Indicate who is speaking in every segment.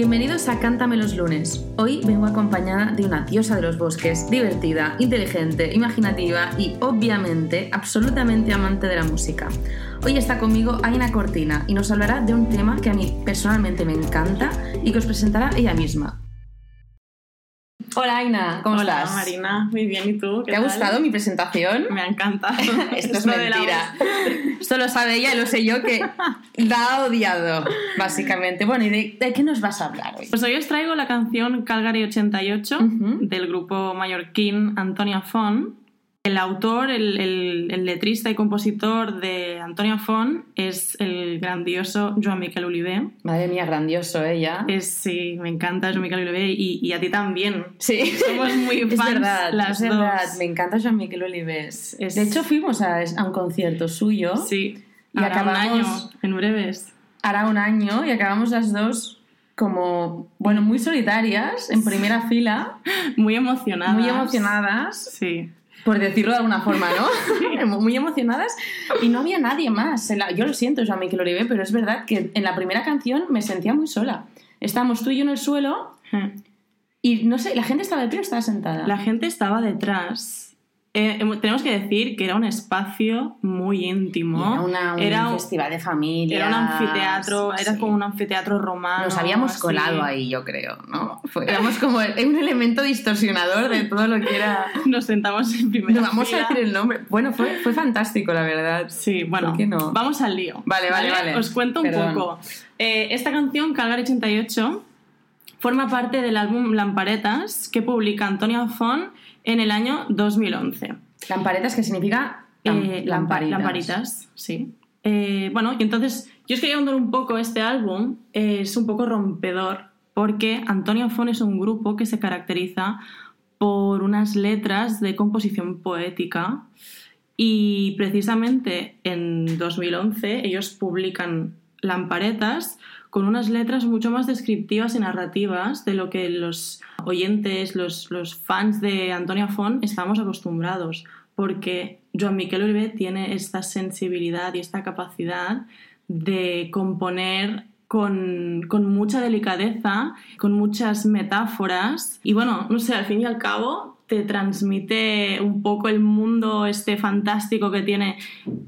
Speaker 1: Bienvenidos a Cántame los lunes. Hoy vengo acompañada de una diosa de los bosques, divertida, inteligente, imaginativa y obviamente absolutamente amante de la música. Hoy está conmigo Aina Cortina y nos hablará de un tema que a mí personalmente me encanta y que os presentará ella misma. Hola Aina, ¿cómo
Speaker 2: Hola,
Speaker 1: estás?
Speaker 2: Marina, muy bien, ¿y tú? ¿Qué
Speaker 1: ¿Te ha
Speaker 2: tal?
Speaker 1: gustado mi presentación?
Speaker 2: Me ha encantado.
Speaker 1: Esto es
Speaker 2: Lo de la
Speaker 1: mentira.
Speaker 2: voz.
Speaker 1: Esto lo sabe ella y lo sé yo que la ha odiado, básicamente. Bueno, ¿y de, de qué nos vas a hablar hoy?
Speaker 2: Pues hoy os traigo la canción Calgary 88
Speaker 1: Ujú.
Speaker 2: del grupo mallorquín Antonia Fon. El autor, el, el- el letrista y compositor de Antonia Fon es el grandioso Joan Miquel Oliver.
Speaker 1: Madre mía, grandioso ¿eh? ella.
Speaker 2: Es, sí, me encanta Joan Miquel Oliver y, y a ti también.
Speaker 1: Sí.
Speaker 2: Somos muy
Speaker 1: Es
Speaker 2: fans
Speaker 1: verdad,
Speaker 2: las
Speaker 1: es
Speaker 2: dos.
Speaker 1: verdad. Me encanta Joan Miquel Olives.
Speaker 2: Es-
Speaker 1: De hecho, fuimos a, a un concierto suyo,
Speaker 2: Sí,
Speaker 1: Y
Speaker 2: hará un
Speaker 1: acabamos-
Speaker 2: año, en breves.
Speaker 1: hará un año, y acabamos las dos como, bueno, muy solitarias, en primera fila,
Speaker 2: Muy emocionadas.
Speaker 1: muy emocionadas,
Speaker 2: Sí.
Speaker 1: por decirlo de alguna forma, ¿no? Em, muy emocionadas, y no había nadie más. En la- Yo lo siento, Joan Miquel Olives, pero es verdad que en la primera canción me sentía muy sola. Estábamos tú y yo en el suelo, y no sé, la gente estaba de pie o estaba sentada.
Speaker 2: La gente estaba detrás. Eh, em- tenemos que decir que era un espacio muy
Speaker 1: Y
Speaker 2: íntimo.
Speaker 1: Era, una- un
Speaker 2: Era un-
Speaker 1: festival de familia.
Speaker 2: era un anfiteatro, era como un anfiteatro romano.
Speaker 1: Nos habíamos
Speaker 2: así.
Speaker 1: colado ahí, yo creo, ¿no? Fue- éramos como el- un elemento distorsionador de todo lo que era.
Speaker 2: Nos sentamos en primera
Speaker 1: No vamos a
Speaker 2: fila.
Speaker 1: decir el nombre. Bueno, fue, fue fantástico, la verdad.
Speaker 2: Sí, bueno,
Speaker 1: ¿Por qué no?
Speaker 2: vamos al lío.
Speaker 1: Vale, vale, vale.
Speaker 2: Os cuento un
Speaker 1: Perdón.
Speaker 2: poco. Eh, esta canción, Calgary 88, forma parte del álbum Lamparetas que publica Antonio Fon en el año 2011.
Speaker 1: Lamparetas, que significa lam-
Speaker 2: Eh,
Speaker 1: lamparitas.
Speaker 2: lampa- lamparitas, sí. Eh, bueno, y entonces yo os quería contar un poco este álbum, eh, es un poco rompedor, porque Antonio Fon es un grupo que se caracteriza por unas letras de composición poética y precisamente en 2011 ellos publican Lamparetas con unas letras mucho más descriptivas y narrativas de lo que los oyentes, los, los fans de Antonia Font estamos acostumbrados, porque Joan Miquel Olive tiene esta sensibilidad y esta capacidad de componer con, con mucha delicadeza, con muchas metáforas y bueno, no sé, al fin y al cabo te transmite un poco el mundo este fantástico que tiene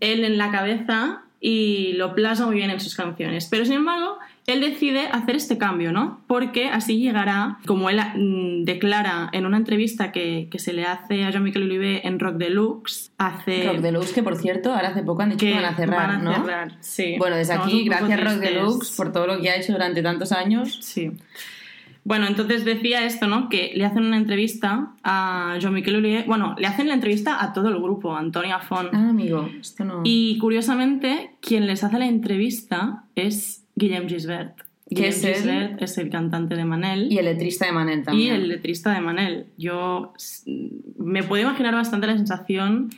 Speaker 2: él en la cabeza y lo plasma muy bien en sus canciones. Pero sin embargo, él decide hacer este cambio, ¿no? Porque así llegará, como él mm, declara en una entrevista que, que se le hace a Jean-Michel Olive en Rock Deluxe, hace...
Speaker 1: Rock Deluxe, que por cierto, ahora hace poco han dicho que,
Speaker 2: Eh, que
Speaker 1: van a cerrar,
Speaker 2: van a
Speaker 1: ¿no?
Speaker 2: cerrar, sí.
Speaker 1: Bueno, desde
Speaker 2: Estamos
Speaker 1: aquí,
Speaker 2: un poco
Speaker 1: gracias Rock
Speaker 2: tristes.
Speaker 1: Deluxe por todo lo que ha hecho durante tantos años.
Speaker 2: Sí. Bueno, entonces decía esto, ¿no? Que le hacen una entrevista a Joan Miquel Ulié. Bueno, le hacen la entrevista a todo el grupo, a Antonia Font.
Speaker 1: Ah, amigo, esto no.
Speaker 2: Y curiosamente, quien les hace la entrevista es Guillem Gisbert.
Speaker 1: ¿Qué
Speaker 2: Guillem
Speaker 1: es él?
Speaker 2: Gisbert es el cantante de Manel.
Speaker 1: Y el letrista de Manel
Speaker 2: Y
Speaker 1: también.
Speaker 2: el letrista de Manel. Yo s- me puedo imaginar bastante la sensación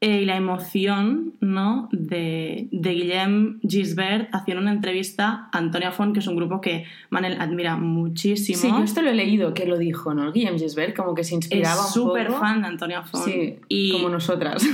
Speaker 2: eh, y la emoción ¿no? de, de Guillem Gisbert haciendo una entrevista a Antonia Font, que es un grupo que Manel admira muchísimo.
Speaker 1: Sí, yo esto lo he leído, que lo dijo, ¿no? Guillem Gisbert, como que se
Speaker 2: es
Speaker 1: inspiraba un
Speaker 2: súper
Speaker 1: poco.
Speaker 2: fan de Antonia Font.
Speaker 1: Sí,
Speaker 2: y
Speaker 1: como nosotras.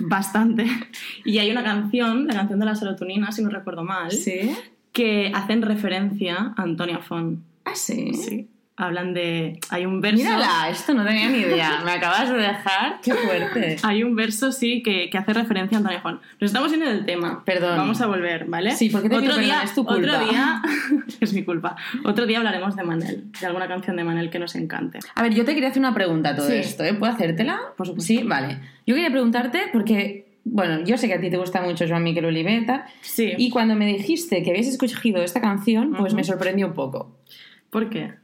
Speaker 2: bastante. Y hay una canción, la canción de la serotonina, si no recuerdo mal,
Speaker 1: ¿Sí?
Speaker 2: que hacen referencia a Antonia Font.
Speaker 1: Ah, sí.
Speaker 2: Sí. Hablan de. Hay un verso.
Speaker 1: Mírala, esto no tenía ni idea. Me acabas de dejar. Qué fuerte.
Speaker 2: Hay un verso, sí, que, que hace referencia a Antonio Juan. Nos estamos yendo del tema.
Speaker 1: Perdón.
Speaker 2: Vamos a volver, ¿vale?
Speaker 1: Sí, ¿por qué te pido
Speaker 2: otro
Speaker 1: perdón?
Speaker 2: día,
Speaker 1: Es tu culpa.
Speaker 2: Otro día... es mi culpa. Otro día hablaremos de Manel, de alguna canción de Manel que nos encante.
Speaker 1: A ver, yo te quería hacer una pregunta a todo
Speaker 2: Sí.
Speaker 1: esto, ¿eh? ¿Puedo hacértela?
Speaker 2: Por supuesto.
Speaker 1: Sí, vale. Yo quería preguntarte porque, bueno, yo sé que a ti te gusta mucho Joan Miquel Oliveta
Speaker 2: Sí.
Speaker 1: y cuando me dijiste que habías escogido esta canción, pues
Speaker 2: Ujú.
Speaker 1: me sorprendió un poco.
Speaker 2: ¿Por qué?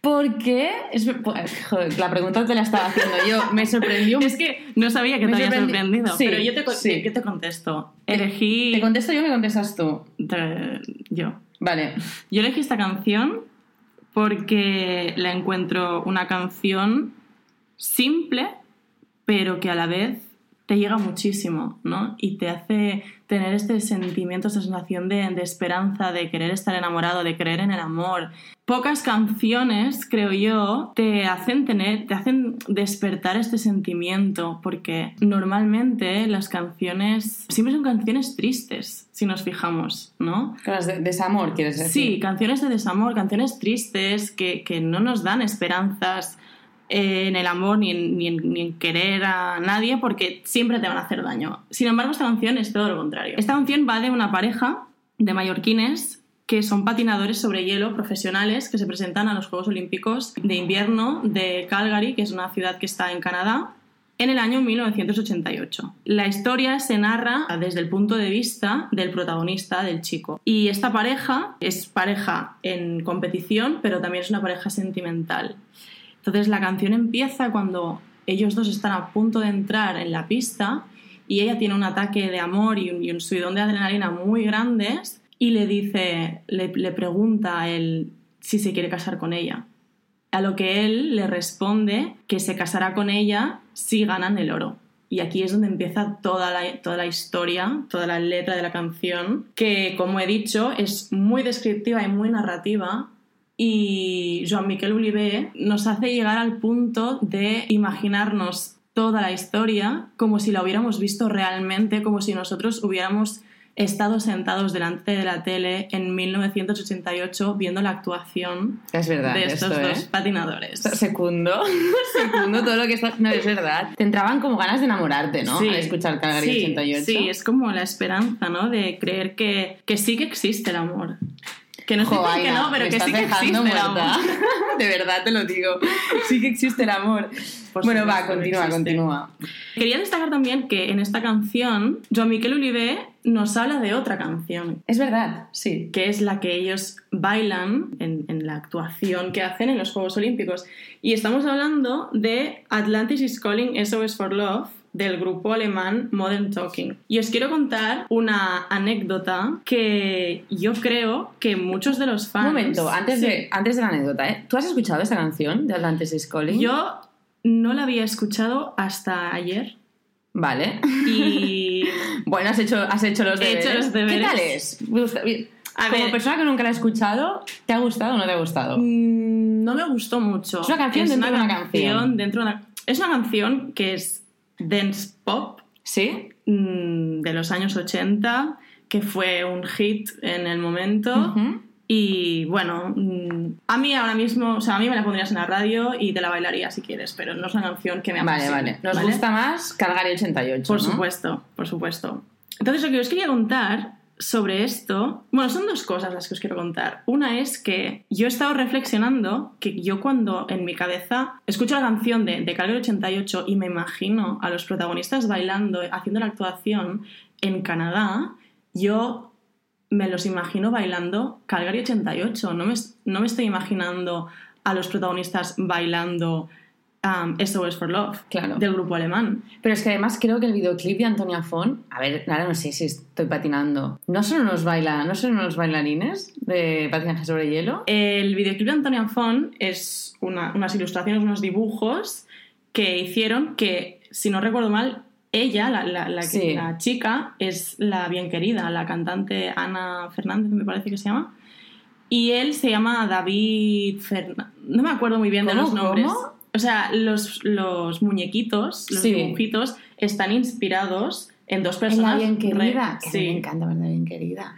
Speaker 1: Porque, es, pues, joder, la pregunta te la estaba haciendo yo, me sorprendió un
Speaker 2: Es que no sabía que
Speaker 1: Me
Speaker 2: te había
Speaker 1: sorprendi-
Speaker 2: sorprendido,
Speaker 1: Sí,
Speaker 2: pero yo te, con-
Speaker 1: sí.
Speaker 2: yo te contesto.
Speaker 1: Te-
Speaker 2: Elegí...
Speaker 1: Te contesto yo, me contestas tú.
Speaker 2: te- yo.
Speaker 1: Vale.
Speaker 2: Yo elegí esta canción porque la encuentro una canción simple, pero que a la vez te llega muchísimo, ¿no? Y te hace tener este sentimiento, esta sensación de, de esperanza, de querer estar enamorado, de creer en el amor, pocas canciones, creo yo, te hacen tener, te hacen despertar este sentimiento, porque normalmente las canciones siempre son canciones tristes, si nos fijamos, ¿no?
Speaker 1: Claro, es de- desamor, quieres decir.
Speaker 2: Sí, canciones de desamor, canciones tristes que, que no nos dan esperanzas eh, en el amor ni en, ni en- ni en querer a nadie porque siempre te van a hacer daño. Sin embargo, esta canción es todo lo contrario. Esta canción va de una pareja de mallorquines que son patinadores sobre hielo profesionales que se presentan a los Juegos Olímpicos de invierno de Calgary, que es una ciudad que está en Canadá, en el año 1988. La historia se narra desde el punto de vista del protagonista, del chico. Y esta pareja es pareja en competición, pero también es una pareja sentimental. Entonces la canción empieza cuando ellos dos están a punto de entrar en la pista y ella tiene un ataque de amor y un, y un subidón de adrenalina muy grandes y le dice, le, le pregunta a él si se quiere casar con ella. A lo que él le responde que se casará con ella si ganan el oro. Y aquí es donde empieza toda la, toda la historia, toda la letra de la canción, que como he dicho es muy descriptiva y muy narrativa. Y Joan Miquel Oliver nos hace llegar al punto de imaginarnos toda la historia como si la hubiéramos visto realmente, como si nosotros hubiéramos estado sentados delante de la tele en 1988 viendo la actuación
Speaker 1: Es verdad,
Speaker 2: de estos
Speaker 1: esto,
Speaker 2: dos
Speaker 1: ¿eh?
Speaker 2: patinadores.
Speaker 1: Secundo, secundo, todo lo que estás. No, es verdad. Te entraban como ganas de enamorarte, ¿no?
Speaker 2: Sí.
Speaker 1: Al escuchar Calgary
Speaker 2: Sí,
Speaker 1: 88.
Speaker 2: Sí, es como la esperanza, ¿no? De creer que, que sí que existe el amor. Que no es
Speaker 1: Jo,
Speaker 2: que
Speaker 1: Aina,
Speaker 2: no, pero
Speaker 1: me
Speaker 2: que
Speaker 1: estás
Speaker 2: sí que existe
Speaker 1: dejando
Speaker 2: el
Speaker 1: muerta.
Speaker 2: amor.
Speaker 1: De verdad te lo digo. Sí que existe el amor.
Speaker 2: Por
Speaker 1: bueno, va,
Speaker 2: supuesto que
Speaker 1: continúa,
Speaker 2: existe.
Speaker 1: continúa.
Speaker 2: Quería destacar también que en esta canción, Joan Miquel Oliver nos habla de otra canción,
Speaker 1: Es verdad, sí.
Speaker 2: que es la que ellos bailan en, en la actuación que hacen en los Juegos Olímpicos. Y estamos hablando de Atlantis is Calling SOS for Love del grupo alemán Modern Talking. Y os quiero contar una anécdota que yo creo que muchos de los
Speaker 1: Un
Speaker 2: fans...
Speaker 1: momento, antes,
Speaker 2: Sí.
Speaker 1: de, antes de la anécdota, ¿eh? ¿Tú has escuchado esta canción de Atlantis is Calling?
Speaker 2: Yo no la había escuchado hasta ayer
Speaker 1: Vale.
Speaker 2: y...
Speaker 1: Bueno, has hecho, has hecho los
Speaker 2: He
Speaker 1: deberes.
Speaker 2: hecho los
Speaker 1: ¿Qué
Speaker 2: deberes.
Speaker 1: tal es? Gusta-
Speaker 2: A
Speaker 1: Como
Speaker 2: ver.
Speaker 1: persona que nunca la ha escuchado, ¿te ha gustado o no te ha gustado?
Speaker 2: Mm, No me gustó mucho.
Speaker 1: Es una canción dentro de una canción.
Speaker 2: dentro de una- Es una canción que es dance pop
Speaker 1: ¿Sí?
Speaker 2: mm, de los años 80, que fue un hit en el momento.
Speaker 1: Ujú.
Speaker 2: Y bueno, mm, a mí ahora mismo, o sea, a mí me la pondrías en la radio y te la bailaría si quieres, pero no es una canción que me
Speaker 1: Vale,
Speaker 2: apasione,
Speaker 1: vale. Nos gusta más Calgary 88.
Speaker 2: Por
Speaker 1: ¿no?
Speaker 2: supuesto, por supuesto. Entonces, lo que os quería contar sobre esto, bueno, son dos cosas las que os quiero contar. Una es que yo he estado reflexionando que yo cuando en mi cabeza escucho la canción de, de Calgary 88 y me imagino a los protagonistas bailando, haciendo la actuación en Canadá, yo me los imagino bailando Calgary 88. No me, no me estoy imaginando a los protagonistas bailando um, SOS for Love
Speaker 1: Claro.
Speaker 2: del grupo alemán.
Speaker 1: Pero es que además creo que el videoclip de Antonia Fon, a ver, ahora no sé si estoy patinando. ¿No son unos baila, no son unos bailarines de patinaje sobre hielo?
Speaker 2: El videoclip de Antonia Fon es una- unas ilustraciones, unos dibujos que hicieron que, si no recuerdo mal, ella, la, la- la que-
Speaker 1: Sí.
Speaker 2: la chica, es la bien querida, la cantante Ana Fernández, me parece que se llama. Y él se llama David Fernández. No me acuerdo muy bien de
Speaker 1: ¿Cómo,
Speaker 2: los nombres.
Speaker 1: cómo?
Speaker 2: O sea, los, los muñequitos, los
Speaker 1: Sí.
Speaker 2: dibujitos, están inspirados en dos
Speaker 1: En la
Speaker 2: personas.
Speaker 1: bien
Speaker 2: re-
Speaker 1: querida. Que a mí me
Speaker 2: Sí,
Speaker 1: encanta ver la bien querida.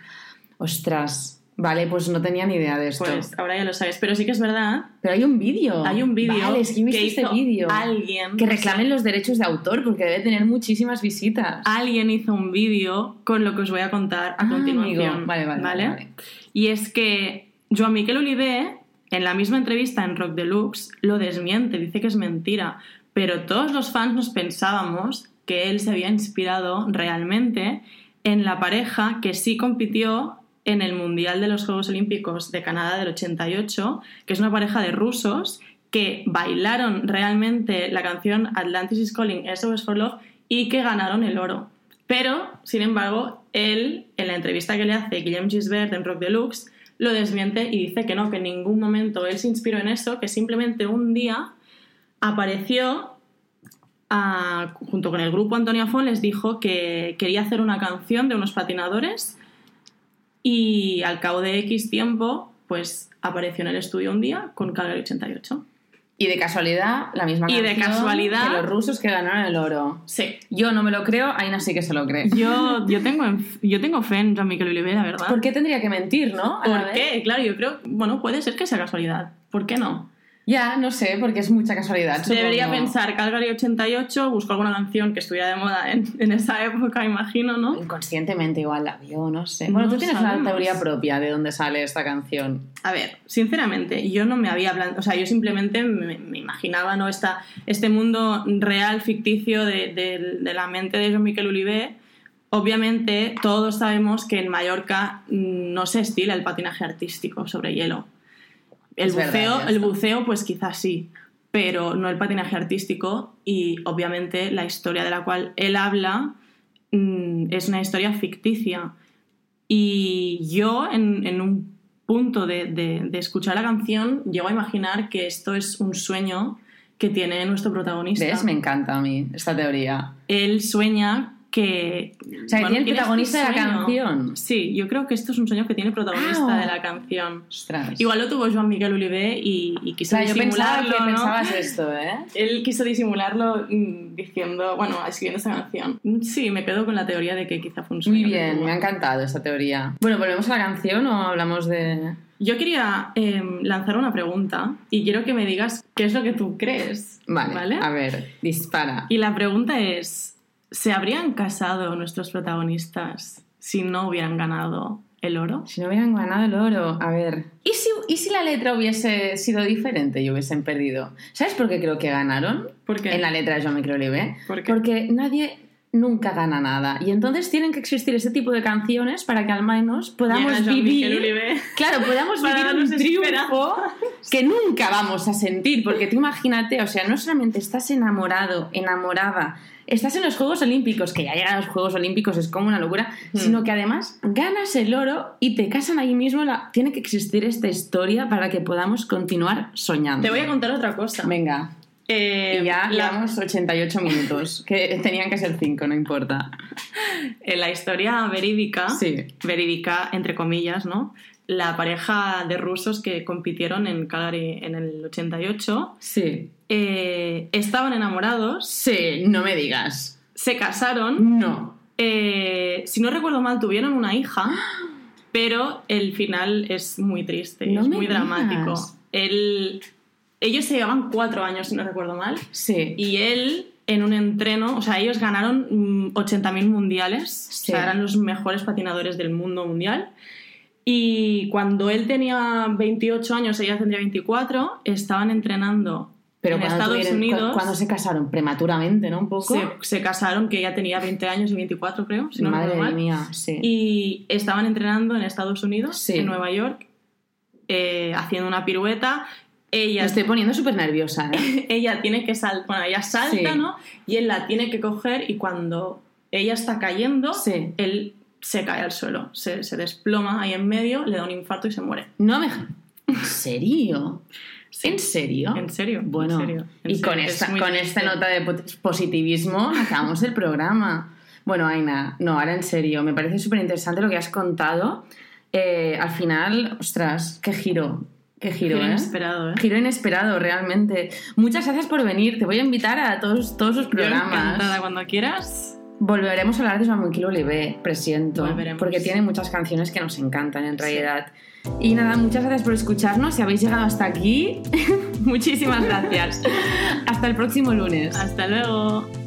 Speaker 1: Ostras. Vale, pues no tenía ni idea de esto.
Speaker 2: pues ahora ya lo sabes. Pero sí que es verdad
Speaker 1: Pero hay un vídeo.
Speaker 2: Hay un vídeo
Speaker 1: Vale, es que he visto
Speaker 2: que
Speaker 1: este
Speaker 2: hizo
Speaker 1: vídeo.
Speaker 2: alguien.
Speaker 1: Que reclamen los derechos de autor porque debe tener muchísimas visitas.
Speaker 2: Alguien hizo un vídeo con lo que os voy a contar a
Speaker 1: Ah,
Speaker 2: continuación.
Speaker 1: amigo. Vale, vale, vale, vale.
Speaker 2: Y es que Joan Miquel Oliver, en la misma entrevista en Rock Deluxe, lo desmiente, dice que es mentira. Pero todos los fans nos pensábamos que él se había inspirado realmente en la pareja que sí compitió en el Mundial de los Juegos Olímpicos de Canadá del 88, que es una pareja de rusos que bailaron realmente la canción Atlantis is Calling, SOS for Love, y que ganaron el oro. Pero, sin embargo, él, en la entrevista que le hace Guillaume Gisbert en Rock Deluxe, lo desmiente y dice que no, que en ningún momento él se inspiró en eso, que simplemente un día apareció a- junto con el grupo Antonia Fon, les dijo que quería hacer una canción de unos patinadores y al cabo de X tiempo pues apareció en el estudio un día con Calgary 88.
Speaker 1: Y de casualidad, la misma
Speaker 2: Y de
Speaker 1: canción
Speaker 2: casualidad-
Speaker 1: que los rusos que ganaron el oro.
Speaker 2: Sí.
Speaker 1: Yo no me lo creo, Aina sí que se lo cree.
Speaker 2: Yo, yo, tengo, en- yo tengo fe en Jean-Michel Olivera, ¿verdad?
Speaker 1: ¿Por qué tendría que mentir, no? A la
Speaker 2: ¿Por
Speaker 1: vez.
Speaker 2: qué? Claro, yo creo, bueno, puede ser que sea casualidad. ¿Por qué no?
Speaker 1: Ya, no sé, porque es mucha casualidad. supongo.
Speaker 2: Debería pensar Calgary 88, busco alguna canción que estuviera de moda en, en esa época, imagino, ¿no?
Speaker 1: Inconscientemente igual la vio, no sé. Bueno,
Speaker 2: No
Speaker 1: tú tienes
Speaker 2: sabemos.
Speaker 1: una teoría propia de dónde sale esta canción.
Speaker 2: A ver, sinceramente, yo no me había hablado, o sea, yo simplemente me, me imaginaba, ¿no? Esta, este mundo real, ficticio de, de- de la mente de Jean-Michel Olivet. Obviamente, todos sabemos que en Mallorca mm, no se estila el patinaje artístico sobre hielo. El
Speaker 1: Es verdad,
Speaker 2: buceo,
Speaker 1: ya
Speaker 2: el
Speaker 1: está.
Speaker 2: buceo, pues quizás sí, pero no el patinaje artístico y obviamente la historia de la cual él habla mm, es una historia ficticia. Y yo, en, en un punto de, de- de escuchar la canción, llego a imaginar que esto es un sueño que tiene nuestro protagonista.
Speaker 1: ¿Ves? Me encanta a mí esta teoría.
Speaker 2: Él sueña que...
Speaker 1: O sea, que
Speaker 2: bueno,
Speaker 1: tiene el
Speaker 2: tiene este
Speaker 1: protagonista de la
Speaker 2: sueño.
Speaker 1: canción.
Speaker 2: Sí, yo creo que esto es un sueño que tiene el protagonista
Speaker 1: Ah.
Speaker 2: de la canción.
Speaker 1: Ostras.
Speaker 2: Igual lo tuvo Joan Miguel Olivé y, y quiso
Speaker 1: Claro, yo pensaba
Speaker 2: disimularlo,
Speaker 1: que
Speaker 2: ¿no?
Speaker 1: pensabas esto, ¿eh?
Speaker 2: Él quiso disimularlo mm, diciendo, bueno, escribiendo esta canción. Sí, me quedo con la teoría de que quizá fue un sueño.
Speaker 1: Muy
Speaker 2: que
Speaker 1: bien,
Speaker 2: tuvo.
Speaker 1: me ha encantado esta teoría. Bueno, ¿volvemos a la canción o hablamos de...?
Speaker 2: Yo quería eh, lanzar una pregunta y quiero que me digas qué es lo que tú crees.
Speaker 1: Vale, a ver, dispara.
Speaker 2: Y la pregunta es, ¿se habrían casado nuestros protagonistas si no hubieran ganado el oro?
Speaker 1: Si no hubieran ganado el oro, a ver... ¿Y si, ¿Y si la letra hubiese sido diferente y hubiesen perdido? ¿Sabes por qué creo que ganaron?
Speaker 2: Porque
Speaker 1: En la letra de Yo me creo libre.
Speaker 2: ¿Por qué?
Speaker 1: Porque nadie nunca gana nada. Y entonces tienen que existir ese tipo de canciones para que al menos podamos vivir... Claro, podamos
Speaker 2: Para
Speaker 1: vivir un
Speaker 2: darnos
Speaker 1: triunfo
Speaker 2: esperanza.
Speaker 1: que nunca vamos a sentir, porque tú imagínate, o sea, no solamente estás enamorado, enamorada, estás en los Juegos Olímpicos, que ya llegan los Juegos Olímpicos, es como una locura,
Speaker 2: Mm.
Speaker 1: sino que además ganas el oro y te casan ahí mismo. la- Tiene que existir esta historia para que podamos continuar soñando.
Speaker 2: Te voy a contar otra cosa.
Speaker 1: Venga,
Speaker 2: Eh,
Speaker 1: y ya
Speaker 2: la-
Speaker 1: llevamos 88 minutos, que tenían que ser 5, no importa.
Speaker 2: en la historia verídica,
Speaker 1: Sí.
Speaker 2: verídica entre comillas, ¿no? La pareja de rusos que compitieron en Calgary en el 88
Speaker 1: Sí.
Speaker 2: eh, estaban enamorados,
Speaker 1: Sí, no me digas.
Speaker 2: se casaron,
Speaker 1: No.
Speaker 2: eh, si no recuerdo mal tuvieron una hija, pero el final es muy triste,
Speaker 1: No
Speaker 2: es
Speaker 1: me
Speaker 2: muy dramático.
Speaker 1: digas.
Speaker 2: Él- ellos se llevaban cuatro años, si no recuerdo mal,
Speaker 1: Sí.
Speaker 2: y él en un entreno, o sea, ellos ganaron mm, 80.000 mundiales,
Speaker 1: Sí.
Speaker 2: o sea, eran los mejores patinadores del mundo mundial. Y cuando él tenía 28 años, ella tendría 24, estaban entrenando
Speaker 1: Pero
Speaker 2: en
Speaker 1: cuando
Speaker 2: Estados
Speaker 1: tuvieron- cu-
Speaker 2: Unidos.
Speaker 1: Cuando se casaron, prematuramente, ¿no? Un poco.
Speaker 2: se, se casaron, que ella tenía 20 años y 24, creo, si no
Speaker 1: Madre
Speaker 2: recuerdo mal.
Speaker 1: mía, sí.
Speaker 2: Y estaban entrenando en Estados Unidos,
Speaker 1: Sí.
Speaker 2: en Nueva York, eh, haciendo una pirueta. Ella
Speaker 1: Me estoy poniendo súper nerviosa. ¿eh?
Speaker 2: ella tiene que saltar, bueno, ella salta,
Speaker 1: Sí.
Speaker 2: ¿no? Y él la tiene que coger y cuando ella está cayendo,
Speaker 1: Sí.
Speaker 2: él se cae al suelo, se, se desploma ahí en medio, le da un infarto y se muere.
Speaker 1: No me... ¿En serio? ¿En serio?
Speaker 2: En serio. en
Speaker 1: Ah, Bueno,
Speaker 2: serio, en
Speaker 1: y
Speaker 2: serio,
Speaker 1: con,
Speaker 2: es
Speaker 1: esta,
Speaker 2: muy
Speaker 1: con este esta
Speaker 2: triste.
Speaker 1: nota de pot- positivismo acabamos el programa. Bueno, Aina, no, ahora en serio, me parece súper interesante lo que has contado. Eh, al final, ostras, qué giro, qué giro,
Speaker 2: Giro
Speaker 1: ¿eh?
Speaker 2: inesperado, ¿eh?
Speaker 1: Giro inesperado, realmente. Muchas gracias por venir, te voy a invitar a todos, todos los
Speaker 2: Yo encantada
Speaker 1: programas.
Speaker 2: cuando quieras.
Speaker 1: Volveremos a hablar de Joaquín Olivé, presiento,
Speaker 2: Volveremos.
Speaker 1: porque tiene muchas canciones que nos encantan en realidad. Y nada, muchas gracias por escucharnos, si habéis llegado hasta aquí, muchísimas gracias. hasta el próximo lunes.
Speaker 2: Hasta luego.